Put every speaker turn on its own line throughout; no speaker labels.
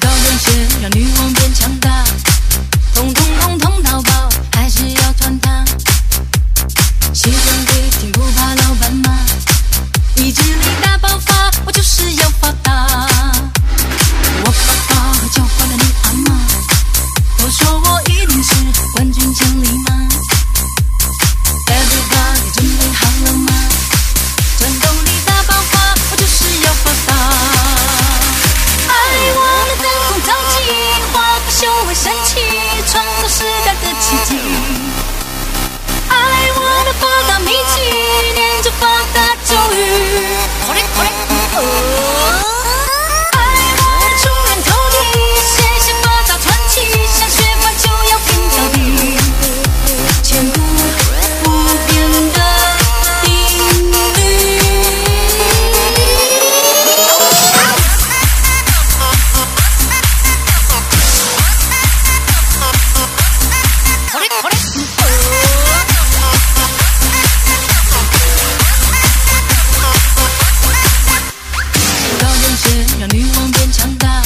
高跟鞋让女王变强大，通通通通到爆，还是要穿它。西装笔挺不怕老板骂，意志力大爆发，我就是要发达。我爸爸教坏了你阿妈，都说我一定是冠军千里马。Everybody 准备好了吗？战斗力大爆发，我就是要发达。爱我的灯红造极，化腐朽为神奇，创造时代的奇迹。爱我的发达秘籍，念着发达咒语。これこれ哦爱我的出人头地，写下发达传奇，想学法就要拼到底，千古不变的定律。
これこれ
高跟鞋让女王变强大，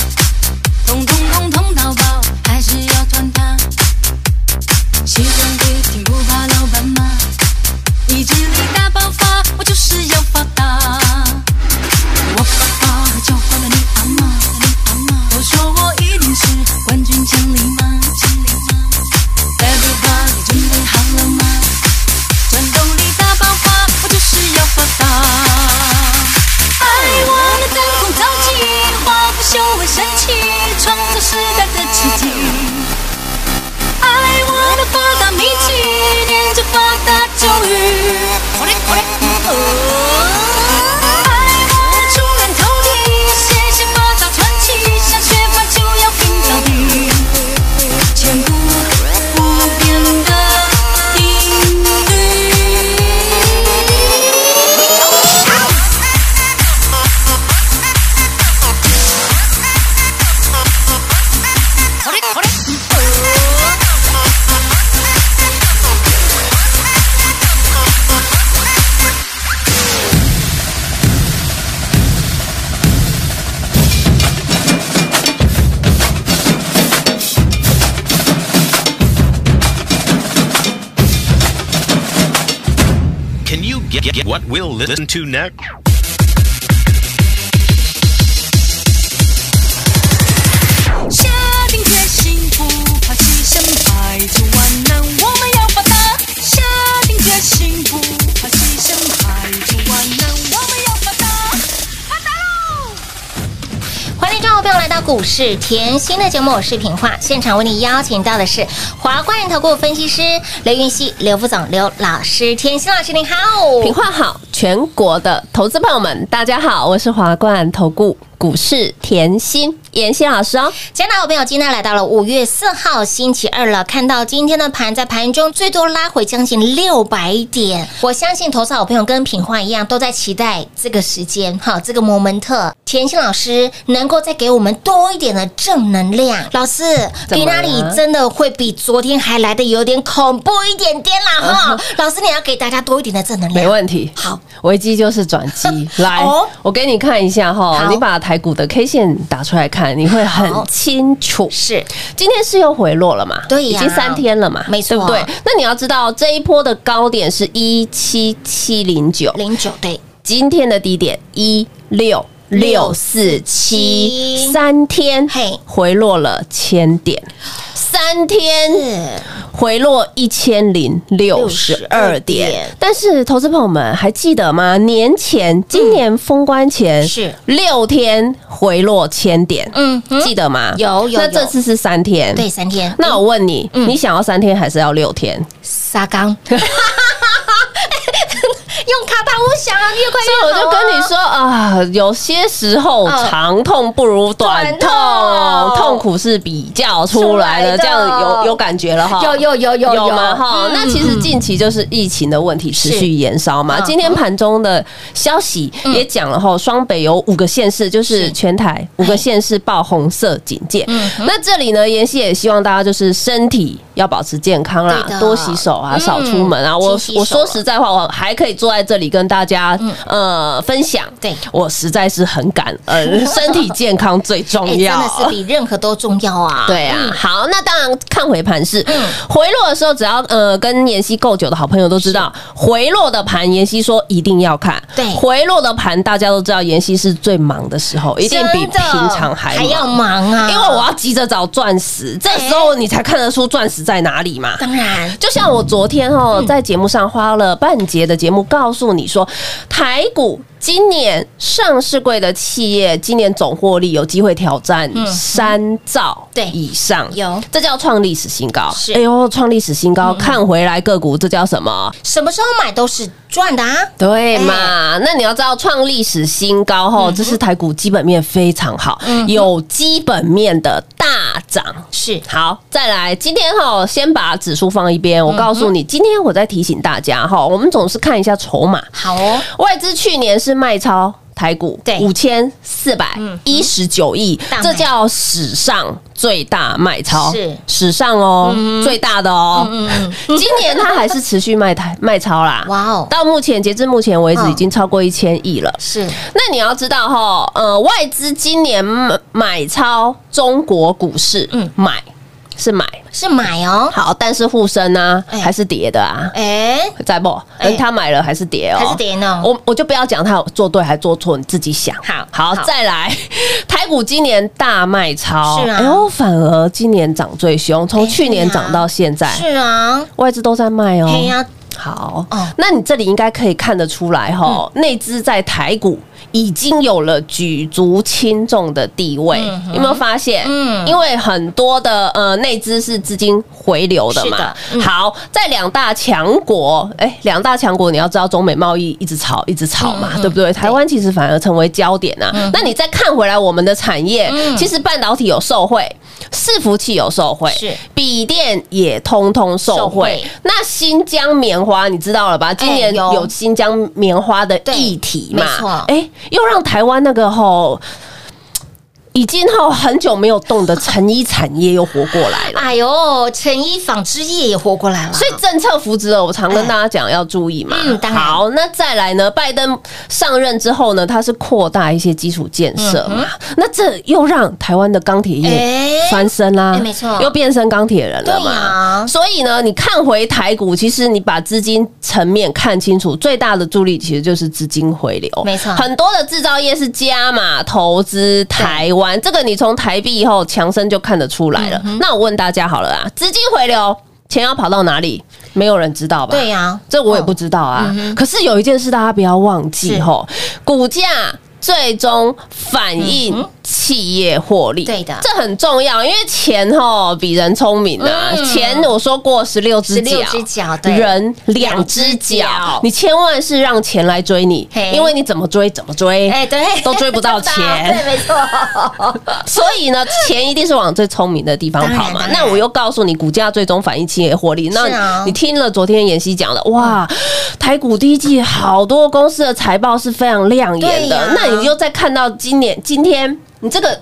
通通通通到爆，还是要穿它。西装笔挺不怕老板骂，意志力大爆发，我就是要发达。我爸爸教坏了你阿妈，你阿妈都说我一定是冠军千里马，千里马。Everybody 准备好了吗？战斗力大爆发，我就是要发达。爱我的灯红造极，化腐朽为神奇，创造时代的奇迹。爱我的发达秘籍，念着发达咒语。
これこれ
哦爱我的出人头地，写下发达传奇，想学法就要拼到底。千古不变的定律。
これこれ
Can you get, get what we'll listen to next?
下定决心不怕气象，排除万难，我们要发达。下定决心不怕气象，排除万难，我们要发达。
欢迎众好朋友来到股市甜心的节目，我是平化。现场为你邀请到的是华冠投顾分析师刘云熙、刘副总、刘老师。甜心老师您好，
品化好，全国的投资朋友们，大家好，我是华冠投顾股市甜心妍希老师哦。
亲爱的好朋友，今天来到了五月四号星期二了，看到今天的盘在盘中最多拉回将近六百点，我相信投资好朋友跟品化一样，都在期待这个时间，哈，这个摩门特甜心老师能够再给我们多一点的正能量。老师，
怎
比
么
那
了
里真的会比昨天还来的有点恐怖一点点啦，哈、老师，你要给大家多一点的正能量。
嗯没问题，
好，
危机就是转 机。来
哦，
我给你看一下哈
好，
你把台股的 K 线打出来看，你会很
好
清楚。
是
今天是又回落了嘛？
对呀
已经三天了嘛，
没错
对不对？那你要知道，这一波的高点是一七七零九，
零九对，
今天的低点一六。六四七三天
嘿
回落了千点，三天
是
回落一千零六十二点。但是，投资朋友们还记得吗？年前，今年封关前、
嗯是
六天回落千点，
嗯哼，
记得吗？
有有
那
有
这次是三天，
对，三天，
那我问你，
嗯
你想要三天还是要六天？
沙缸， 用卡巴乌想啊，越快
所以
越
我
好啊
就跟你说啊，啊，有些时候
嗯
长痛不如短痛，
短痛
痛苦是比较出来
出来
的，
的
这样有有感觉了哈。
有有有有
有嘛哈、
嗯
那其实近期就是疫情的问题持续延烧嘛。
嗯
今天盘中的消息也讲了哈，双北有五个县市，就是全台五个县市报红色警戒。
嗯
那这里呢，妍希也希望大家就是身体要保持健康啦
对的，
多洗手啊，
嗯
少出门啊。我
勤洗手
我说实在话，我还可以坐在这里跟大家呃分享，
嗯对
我实在是很感 恩，身体健康最重
哎，真
要。
的是比任何都重要啊！
对啊，好，那当然看回盘是、回落的时候，只要呃跟妍希够久的好朋友都知道，回落的盘，妍希说一定要看。
对
回落的盘大家都知道，妍希是最忙的时候，一定比
真的
平常还
还要
忙。
忙啊！
因为我要急着找钻石，这时候你才看得出钻石在哪里嘛。
当然
就像我昨天
嗯
哦，在节目上花了半节的节目，告诉你说，台股今年上市柜的企业今年总获利有机会挑战三兆
嗯对
以上，
有
这叫创历史新高。
是嗯
哎呦，创历史新高，看回来个股这叫什么？
什么时候买都是赚的啊！
对嘛？那你要知道创历史新高后，
嗯
这是台股基本面非常好，有基本面的大涨。
是
好，再来，今天哈，先把指数放一
嗯
边。我告诉你，今天我再提醒大家哈，我们总是看一下筹码。
好哦，
外资去年是卖超台股，
对嗯
五千四百一十九亿
大，买
这叫史上最大卖超，
是嗯
史上哦最大的哦。 今年它还是持续卖台卖超啦，
哇哦
到目前截至目前为止，
嗯
已经超过一千亿了。
是
那你要知道哈，呃，外资今年买买超中国股市，嗯，买是买
是买哦，
好，但是沪深呢、
哎
还是跌的啊，
哎，
在不？
哎
嗯，他买了还是跌哦，
还是跌呢
我我就不要讲他有做对还做错，你自己想。
好
好，
好
再来， 台股今年大卖超，
是啊
哎呦，反而今年涨最凶，从
哎
去年涨到现在，
是啊，
外资都在卖哦。
嘿呀，
好
哦，
那你这里应该可以看得出来哈，
嗯
内资在台股已经有了举足轻重的地位，有没有发现？
嗯
嗯，因为很多的呃内资是资金回流的
是
嘛。
的嗯
好，在两大强国，哎，两大强国你要知道中美贸易一直炒一直炒
嗯
嘛，对不对？台湾其实反而成为焦点啊。那你再看回来我们的产业，
嗯
其实半导体有受惠，伺服器有受惠，
是
笔电也通通受
受惠哎
惠。那新疆棉花你知道了吧？今年
有
有新疆棉花的议题嘛？
对没错
哎，又让台湾那个吼。已经吼很久没有动的成衣产业又活过来了，
哎呦，成衣纺织业也活过来了，
所以政策扶持了，我常跟大家讲要注意嘛。
嗯当然
好，那再来呢？拜登上任之后呢，他是扩大一些基础建设嘛，那这又让台湾的钢铁业
嗯哎
翻身啦，
哎没错
又变身钢铁人了
对
嘛。
呀
所以呢，你看回台股，其实你把资金层面看清楚，最大的助力其实就是资金回流，
没错
很多的制造业是加码投资台湾，这个你从台币以后强升就看得出来了。
嗯
那我问大家好了啊，资金回流。钱要跑到哪里？没有人知道吧？
对呀
这我也不知道啊。可是有一件事大家不要忘记
哦嗯是
吼，股价最终反映企业获利，
嗯对的
这很重要，因为钱吼比人聪明啊。
嗯
钱我说过十六只脚，
16只脚对
人两只脚
两只脚，
你千万是让钱来追你
嘿，
因为你怎么追怎么追，
哎，对，
都追不到钱
对，没错，
所以呢，钱一定是往最聪明的地方跑嘛
当然当。然
那我又告诉你，股价最终反映企业获利。那
是啊
你听了昨天妍希讲的，哇，台股第一季好多公司的财报是非常亮眼
对呀
的。那你又再看到今年今天你这个。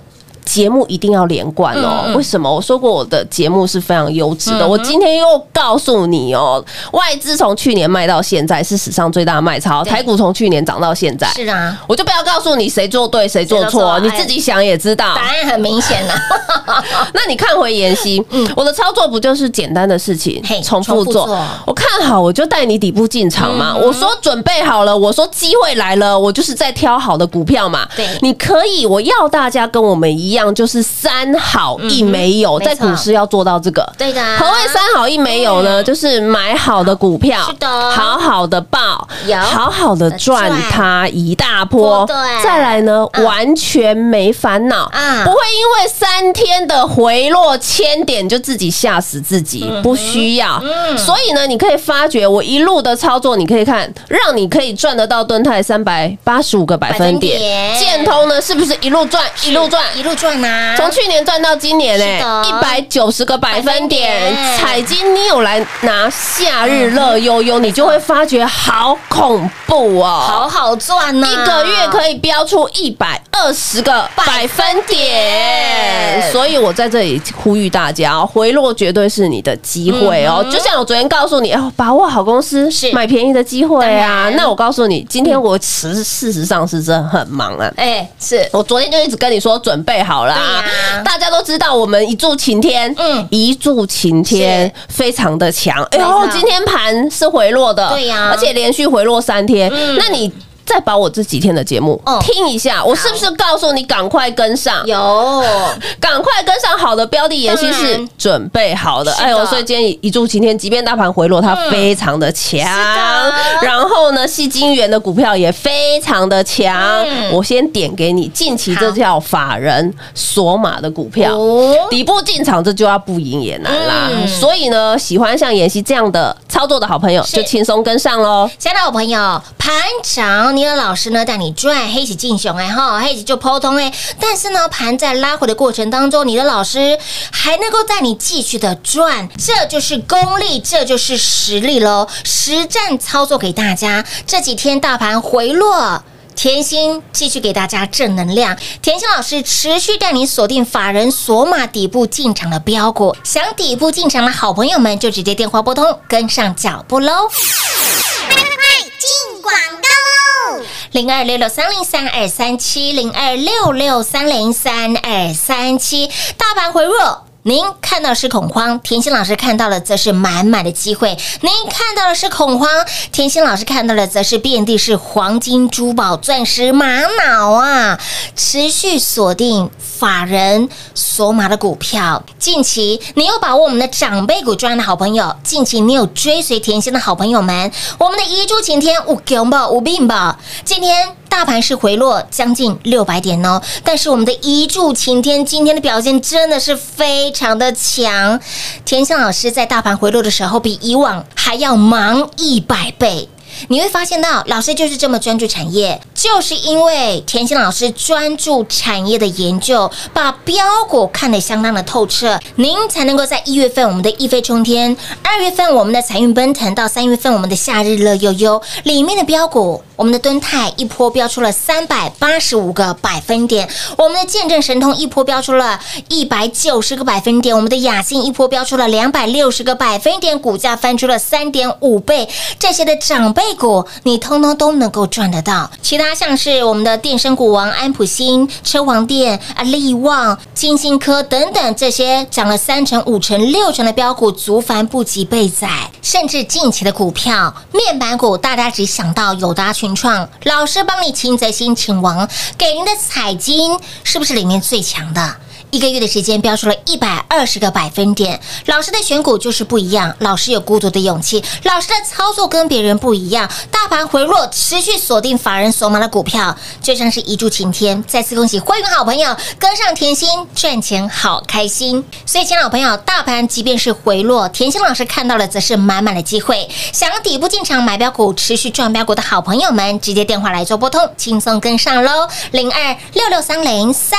节目一定要连贯哦，
嗯
为什么？我说过我的节目是非常优质的，我今天又告诉你哦，外资从去年卖到现在是史上最大的卖超，
对
台股从去年涨到现在，
是啊，
我就不要告诉你谁做对谁做
谁做错
错，你
哎
自己想也知道
答。案很明显啊 了，
那你看回妍希，我的操作不就是简单的事情
嗯嘿，
重复
重复
做
做？嗯
我看好我就带你底部进场嘛。我说准备好了，我说机会来了，我就是在挑好的股票嘛。
对
你可以，我要大家跟我们一一样，就是三好一没有，
嗯没
在
错
股市要做到这个。
对的啊，嗯
何谓三好一没有呢？就是买好的股票，
是的
好好的报，
有
好好的赚
赚
它一大
波
波。
段嗯
再来呢，完全没烦恼，
啊
不会因为三天的回落千点就自己吓死自
嗯
己，不需要。所以呢，你可以发觉我一路的操作，你可以看，让你可以赚得到敦泰三百八十五个百分
百
点
分点。
建通呢，是不是一路赚一路赚？
一路赚啊，
从去年赚到今年呢、
是的
一百九十个百分
百
点
分点。
彩金，你有来拿夏日乐悠悠，你就会发觉好恐怖哦！
嗯好好赚呢、
一个月可以标出一百二十个百分点，所以我在这里呼吁大家哦，回落绝对是你的机会哦。就像我昨天告诉你哦，把握好公司
是
买便宜的机会啊
当然。
那我告诉你，今天我实事实上是真的很忙啊。
哎、是
我昨天就一直跟你说准备好了、啊
对呀
大家都知道我们一柱擎天，
嗯
嗯，一柱擎天非常的强。哎
没错
呦，今天盘是回落的，
对呀嗯
而且连续回落三天。那你再把我这几天的节目、
哦
听一下，我是不是告诉你赶快跟上？
有
赶快跟上好的标的延续
当
是
然
准备好的。
是的嗯
哎呦，所以今天一一柱擎天，即便大盘回落，它非常的强。然后呢，细金元的股票也非常的强。
嗯
我先点给你，近期
好
这叫法人索马的股票。
哦
底部进场，这就要不赢也难啦。
嗯
所以呢，喜欢像妍希这样的操作的好朋友，
是
就轻松跟上喽。
亲爱的好朋友，盘长，你的老师呢带你赚，黑起进熊哎哈，黑起就抛通哎。但是呢，盘在拉回的过程当中，你的老师还能够带你继续的赚，这就是功力，这就是实力喽。实战操作给大家。这几天大盘回落。甜心继续给大家正能量，甜心老师持续带你锁定法人索马底部进场的标股，想底部进场的好朋友们就直接电话拨通，跟上脚步喽。零二六六三零三二三七零二六六三零三二三七，大盘回落。您看到是恐慌，甜心老师看到了则是满满的机会；您看到的是恐慌，甜心老师看到的则是遍地是黄金、珠宝、钻石、玛瑙啊！持续锁定法人索马的股票，近期你有把握我们的长辈股专的好朋友，近期你有追随甜心的好朋友们，我们的一柱擎天五强吧，五病吧，今天。大盘是回落将近六百点哦，但是我们的一柱擎天今天的表现真的是非常的强。田香老师在大盘回落的时候，比以往还要忙一百倍。你会发现到，老师就是这么专注产业，就是因为田心老师专注产业的研究，把标股看得相当的透彻，您才能够在一月份我们的一飞冲天，二月份我们的财运奔腾，到三月份我们的夏日乐悠悠里面的标股，我们的敦泰一波标出了三百八十五个百分点，我们的见证神通一波标出了一百九十个百分点，我们的雅信一波标出了两百六十个百分点，股价翻出了三点五倍，这些的长辈股你通通都能够赚得到。其他像是我们的电声股王安普新、车王店啊、力旺、金星科等等这些涨了三成、五成、六成的标股，足凡不及被宰，甚至近期的股票面板股，大家只想到友达、群创，老师帮你擒贼先擒王，给您的彩金是不是里面最强的？一个月的时间标出了一百二十个百分点。老师的选股就是不一样，老师有孤独的勇气，老师的操作跟别人不一样。大盘回落，持续锁定法人索马的股票，就像是一柱擎天。再次恭喜会员好朋友跟上甜心，赚钱好开心。所以，亲爱的朋友，大盘即便是回落，甜心老师看到了则是满满的机会。想要底部进场买标股，持续赚标股的好朋友们，直接电话来做拨通，轻松跟上喽，零二六六三零三。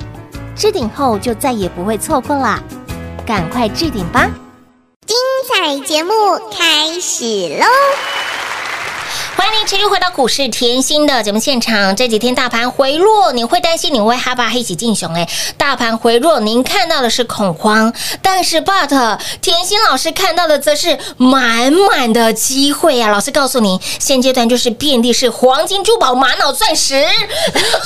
置顶后就再也不会错过啦，赶快置顶吧！
彩节目开始喽！
欢迎您持续回到股市甜心的节目现场。这几天大盘回落，你会担心，你会害怕黑起进熊哎。大盘回落，您看到的是恐慌，但是 but 甜心老师看到的则是满满的机会啊！老师告诉您，现阶段就是遍地是黄金、珠宝、玛瑙、钻石。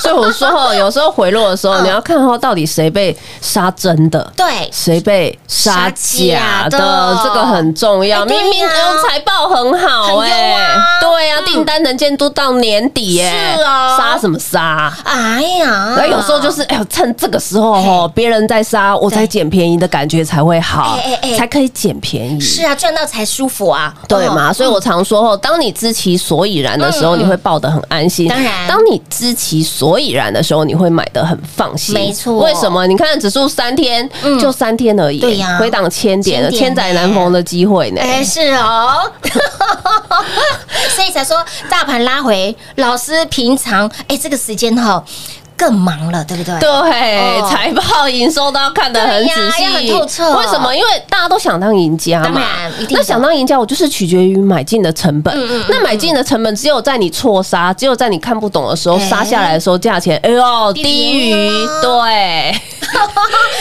所以我说 哦，有时候回落的时候，
嗯
你要看哦，到底谁被杀真的，
对，
谁被杀假
杀假的
的，这个很重要。
哎对
明
呀
明有财报很好
很优
哎
啊，
对呀，
嗯
订单能见度到年底哎，
是啊
杀什么杀？
哎呀，
那有时候就是，哎呦，趁这个时候哦，别人在杀，我才
对
捡便宜的感觉才会好
哎哎，哎
才可以捡便宜。
是啊，赚到才舒服啊，
对嘛？
哦
所以我常说哦，当你知其所以然的时候，
嗯嗯
你会抱得很安心。
当然
当你知其所以然的时候，你会买得很放心。
没错
为什么？你看指数三天，
嗯
就三天而已，
对呀
回档千点了，
千点
千
呢
载难逢的机会呢。
哎，是哦， 所以才说大盘拉回，老师平常哎这个时间哈更忙了，对不对？
对，
哦
财报营收都要看得很仔细，
对呀要很透彻
为什么？因为大家都想当赢家嘛
当然一定，的嗯
那想当赢家，我就是取决于买进的成本。那买进的成本，只有在你错杀，只有在你看不懂的时候
哎
杀下来的时候，价钱哎呦低于对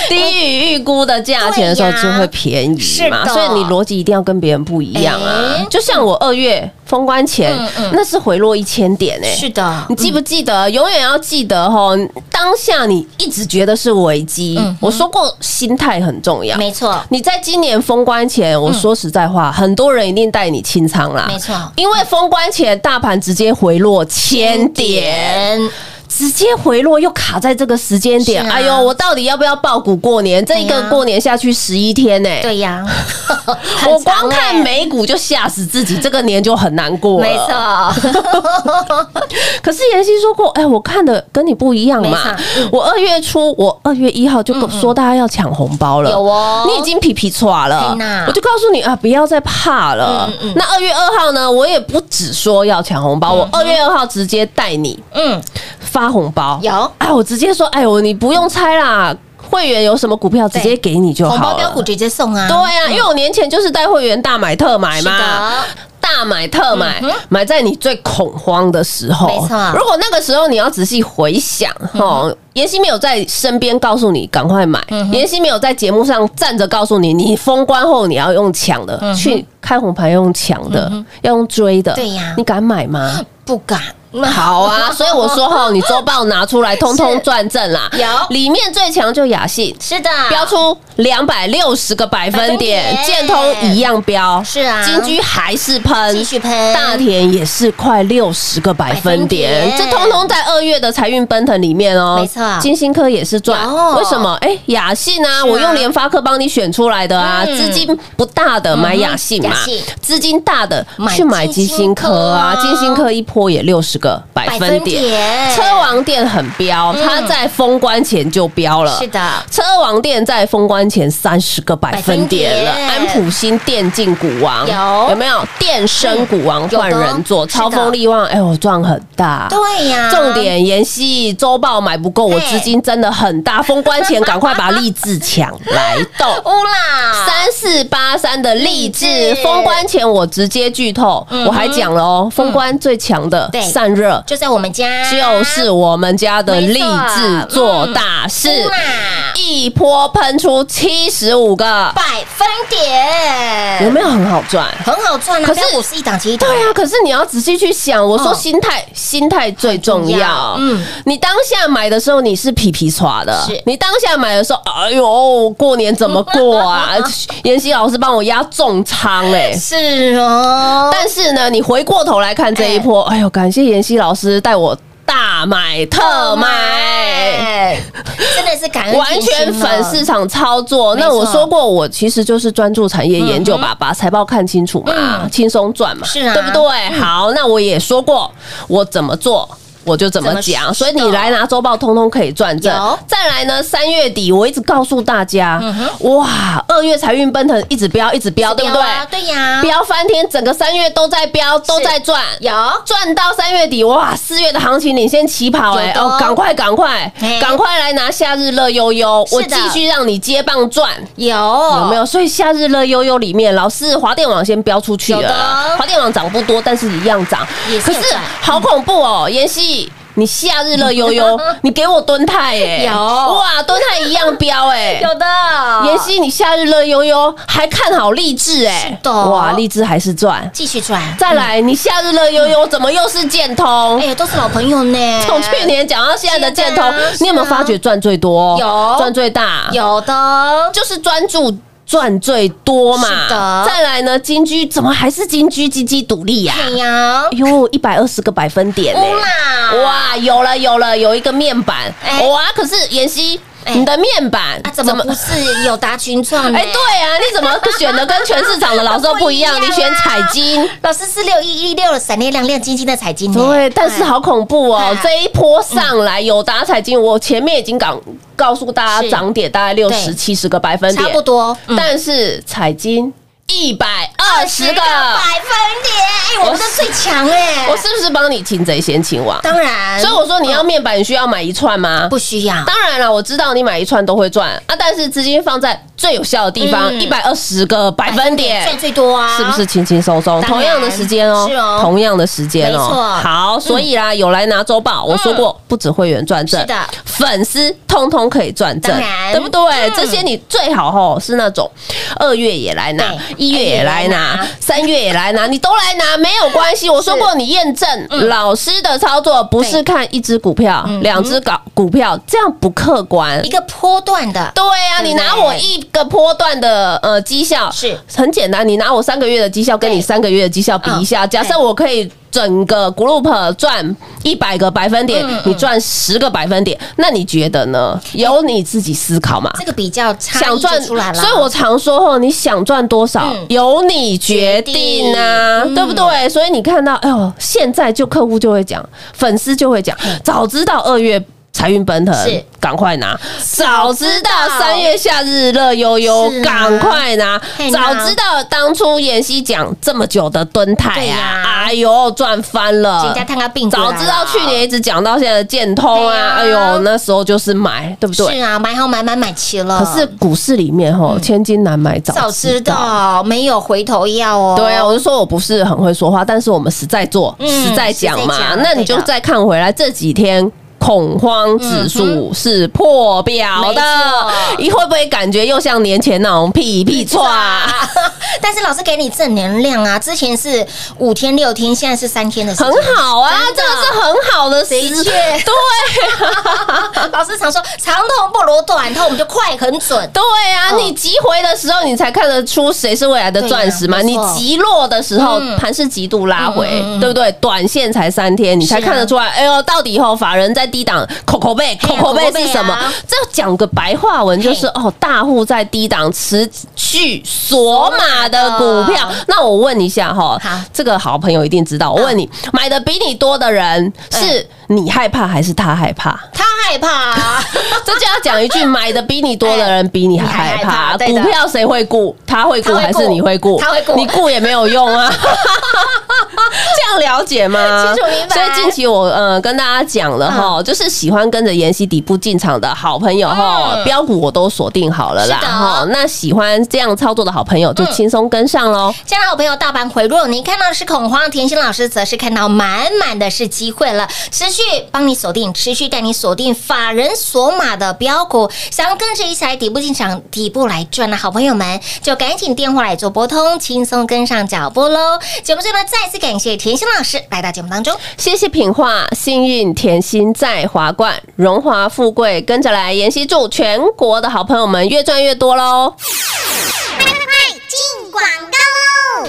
低于预估的价钱的时候
对呀
就会便 宜
是
嘛，
的
所以你逻辑一定要跟别人不一样啊
哎。
就像我二月封关前
嗯嗯，
那是回落一千点哎，
是的，
你记不记得？永远要记得哦，当下你一直觉得是危机。
嗯哼
我说过，心态很重要。
没错，
你在今年封关前，我说实在话，很多人一定带你清仓啦。
没错
因为封关前大盘直接回落千点，
嗯，
直接回落又卡在这个时间点。
是啊
哎呦，我到底要不要报股过年？这一
对
个
呀
过年下去十一天呢、
对呀， 很
我
长
光
哎
看美股就吓死自己，这个年就很难过了。
没错，
可是妍希说过，哎，我看的跟你不一样嘛
没。嗯
我二月初，我二月一号就说大家要抢红包了，
有哦
你已经皮皮抓了
天哪，嗯
我就告诉你啊，不要再怕了。那二月二号呢，我也不只说要抢红包，我二月二号直接带你
嗯，
发红包。
有
哎，我直接说，哎呦，你不用猜啦，会员有什么股票直接给你就
红包
好
标
了
股。直接送啊，
对啊，因为我年前就是带会员大买特买
是
嘛。
的，
大买特买
嗯哼，
买在你最恐慌的时候。
没错嗯
如果那个时候你要仔细回想，哦，妍希没有在身边告诉你赶快买，
嗯
妍希没有在节目上站着告诉你，你封关后你要用抢的，
嗯
去开红盘要用抢的，要用追的。
对呀
你敢买 吗？
不敢，
好啊，所以我说吼，你周报拿出来，通通赚正啦。
有
里面最强就雅信，
是的，
标出两百六十个百分点
百，分点
建通一样标，
是啊
金居还是喷，
继续喷
大田也是快六十个百分点，
百分点
这通通在二月的财运奔腾里面哦，
没错
金星科也是赚
有，
为什么？哎，雅信啊，
是啊
我用联发科帮你选出来的啊，
嗯
资金不大的买雅信嘛
雅信，
资金大的
买
去买
金
金
星
星科啊，
科啊
金星科一波也六十个百
百
分
分
点。
点，
车王店很标，
嗯
它在封关前就标了。
是的，
车王店在封关前三十个百分点了，
百
安
分点
普新电竞股王
有
有没有电声股王换人做，
有的
超风力旺，哎，我赚很大。
对啊呀，
重点妍希周报买不够，我
对
资金真的很大，封关前赶快把励志抢来 斗。
乌啦，
三四八三的励
励
志
志
封关前我直接剧透，
嗯哼
我还讲了哦，封关最强的
对啊
散热
就在我们家，
就是我们家的励
啊
志做大事，
乌啦，
一波喷出七十五个，
百分点
有没有很好赚？
很好赚啊？
可是
我是一档接一档，
对啊，可是你要仔细去想，我说
嗯
心态，心态最重
重
要
要。嗯
嗯，你当下买的时候你是皮皮耍的
是，
你当下买的时候，哎呦，过年怎么过啊？ 妍希老师帮我压重仓哎，
是哦，
但是呢，你回过头来看这一波，哎呦，感谢妍希老师带我大买特买。
买， 真的是感恩
哦
哦
完全反市场操作。
啊没错
那我说过，我其实就是专注产业研究，把把财报看清楚嘛，
嗯
轻松赚嘛，
是啊
对不对？好，那我也说过，我怎么做。我就怎么
怎
讲，
么
所以你来拿周报，通通可以赚正
有。嗯
再来呢，三月底我一直告诉大家，哇，二月财运奔腾，一直飙，一直飙，对不对？
啊对呀，
飙翻天，整个三月都在飙，都在赚，
有
赚到三月底，哇，四月的行情领先起跑哎、
有的哦
哦，赶快赶快
嘿
赶快来拿夏日乐悠悠，
是
我
的哦
继续让你接棒赚。
有
有
有
没有？所以夏日乐悠悠里面，老师华电网先标出去
有的
了，华电网涨不多，但是一样涨
也。是
可
有
是
赚，
好恐怖哦，妍希，你夏日乐悠悠 你给我蹲泰哎、
有
哇，蹲泰一样标 哎、
有的
妍希，你夏日乐悠悠还看好励志哎、
是的
哇，励志还是赚。
继续转，
再来，你夏日乐悠悠怎么又是建通
哎？呀，都是老朋友呢，
从去年讲到现在的建通
是啊是啊，
你有没有发觉赚最多？
有
赚最大，
有的
就是专注赚最多嘛。
是的
再来呢，金居怎么还是金居积极独立呀？
太阳
哎呦，一百二十个百分点呢！欸
乌啦，
哇，有了有了，有一个面板
哎
哇！可是妍希，
哎
你的面板
啊，怎么不是友达群创呢？
哎，对啊，你怎么选的跟全市场的老师都不一 样？
不一
你
样啊
选彩金。
老师是六一一六的闪电亮亮晶晶的彩金呢，
对，但是好恐怖哦
哎！
这一波上来有打彩金，我前面已经讲告诉大
是
家涨点大概六十
对
七十个百分
嗯
点，
差不多，嗯
但是彩金一百二十个，
百分点，哎，我们的最强哎，
我是不是帮你擒贼先擒王？
当然，
所以我说你要面板，你需要买一串吗？
不需要，
当然了，我知道你买一串都会赚啊，但是资金放在最有效的地方，
嗯
一百二十个百分点，
赚最多啊，
是不是？轻轻松松？
当然
同样的时间哦，
是哦
同样的时间哦，
没错嗯
好，所以啦，有来拿周报，我说过，不止会员赚正，
嗯是的
粉丝通通可以赚正
当然，嗯
对不对？这些你最好吼是那种二月也来拿，
对哎
一月也来
二月也来
拿
拿，
三月也来拿，你都来拿没有关系。我说过，你验证老师的操作不是
嗯对嗯
看一只股票、两只股股票，这样不客观
一。个波段的，
对呀、
对
你
不对
拿我一个波段的呃绩效
是
很简单，你拿我三个月的绩效跟
对
你三个月的绩效比一下，
嗯
假设
对
我可以整个 group 赚一百个百分点，
嗯嗯
你赚十个百分点，那你觉得呢？由你自己思考嘛。
这个比较差异
想赚，
就出来了，
所以我常说吼，你想赚多少、
嗯
由你决定啊，
决定嗯
对不对？所以你看到，哎呦，现在就客户就会讲，粉丝就会讲，早知道二月。财运奔腾
嗯是，
赶快拿！早知道
早知道
三月夏日乐悠悠
是，啊
赶快拿
嘿！
早
拿
知道当初妍希讲这么久的蹲泰
对呀
啊，哎呦，赚翻了
人！家看他病毒来
早
了，
知道去年一直讲到现在的建通
对呀
啊，哎呦，那时候就是买，对不对？
是啊，买好买买买齐了，
可是股市里面吼，千金难买早
嗯早知
知道。
道没有回头药哦，
对啊，我就说我不是很会说话，但是我们实在做、
嗯
实在讲嘛
实在。讲
那你就
对的
再看回来这几天。恐慌指数是破表的
嗯没错，
你会不会感觉又像年前那种屁屁错啊？
但是老师给你正能量啊！之前是五天六天，现在是三天的时
很
间。
好啊，
真的
这个是很好的时
的确
对 啊
老师常说长痛不如短痛，我们就快很准。
对啊，
嗯
你急回的时候，你才看得出谁是未来的钻石嘛。
对
你
啊没错
急落的时候
嗯，
盘是极度拉回
嗯嗯嗯嗯，
对不对？短线才三天，你才
是啊
看得出来。哎呦，到底以后法人在低档口口贝，
嘿
口
啊
口贝
口口贝
是什么
啊？嗯
这讲个白话文就是
嘿
哦，大户在低档持续锁码的股票
锁码。
那我问一下哈
好，嗯
这个好朋友一定知道。我问你，买的比你多的人是你害怕还是他害怕？
他害怕啊，
这就要讲一句，买的比你多的人比你还
你还
害
害
怕。
怕哎对
股
的
票谁会顾？他会顾
他会
还是
顾
你会顾？
他会顾
你顾也没有用 啊。这样了解吗？
清楚明白嗯
所以近期我呃跟大家讲了哈，就是喜欢跟着妍希底部进场的好朋友哈，标股我都锁定好了啦
嗯是的嗯
哈。那喜欢这样操作的好朋友就轻松跟上喽。
亲爱的好朋友，大盘回落，你看到的是恐慌，甜心老师则是看到满满的是机会了，持续帮你锁定，持续带你锁定法人索马的标股，想要跟着一起来底部进场、底部来赚的好朋友们，就赶紧电话来做拨通，轻松跟上脚步喽。节目最后呢，再次感谢甜心老师来到节目当中。
谢谢品画，幸运甜心在华冠，荣华富贵跟着来。妍希祝全国的好朋友们越赚越多喽！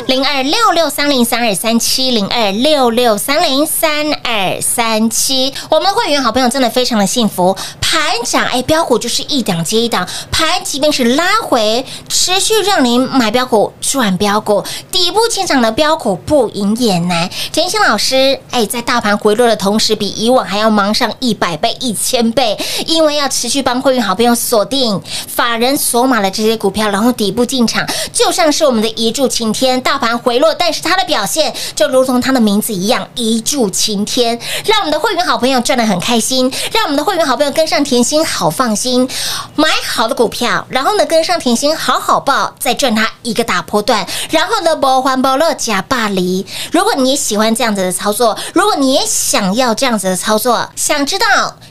零二六六三零三二三七零二六六三零三二三七，我们的会员好朋友真的非常的幸福，盘涨哎，标股就是一档接一档，盘即便是拉回，持续让您买标股赚标股，底部进场的标股不赢也难。甜心老师哎，在大盘回落的同时，比以往还要忙上一百倍、一千倍，因为要持续帮会员好朋友锁定法人锁码的这些股票，然后底部进场，就像是我们的一柱擎天，大盘回落，但是它的表现就如同它的名字一样，一柱擎天，让我们的会员好朋友赚得很开心，让我们的会员好朋友跟上甜心好放心，买好的股票，然后呢跟上甜心好好报，再赚它一个大波段，然后呢不欢不乐假霸离。如果你也喜欢这样子的操作，如果你也想要这样子的操作，想知道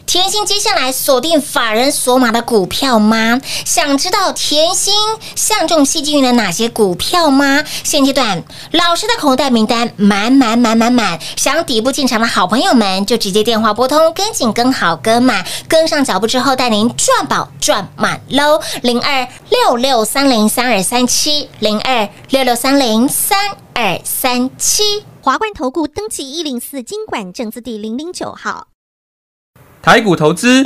甜心接下来锁定法人索马的股票吗？想知道甜心相中戏剧云的哪些股票吗？现阶段老师的口袋名单满满满满满，想底部进场的好朋友们就直接电话拨通，跟紧跟好跟满，跟上脚步之后带您赚饱赚满喽！零二六六三零三二三七零二六六三零三二三七。
华冠投顾登记一零四经管证字第零零九号。
台股投资，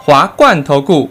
华冠投顾。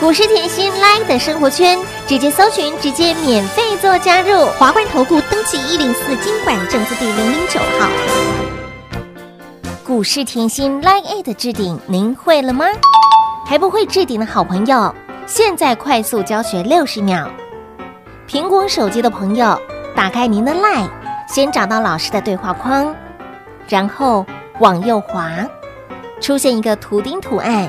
股市甜心 Line 的生活圈，直接搜寻，直接免费做加入。
华冠投顾登记一零四经管证字第零零九号。
股市甜心 Line A 的置顶，您会了吗？还不会置顶的好朋友，现在快速教学六十秒。苹果手机的朋友，打开您的 Line，先找到老师的对话框，然后往右滑，出现一个图钉图案，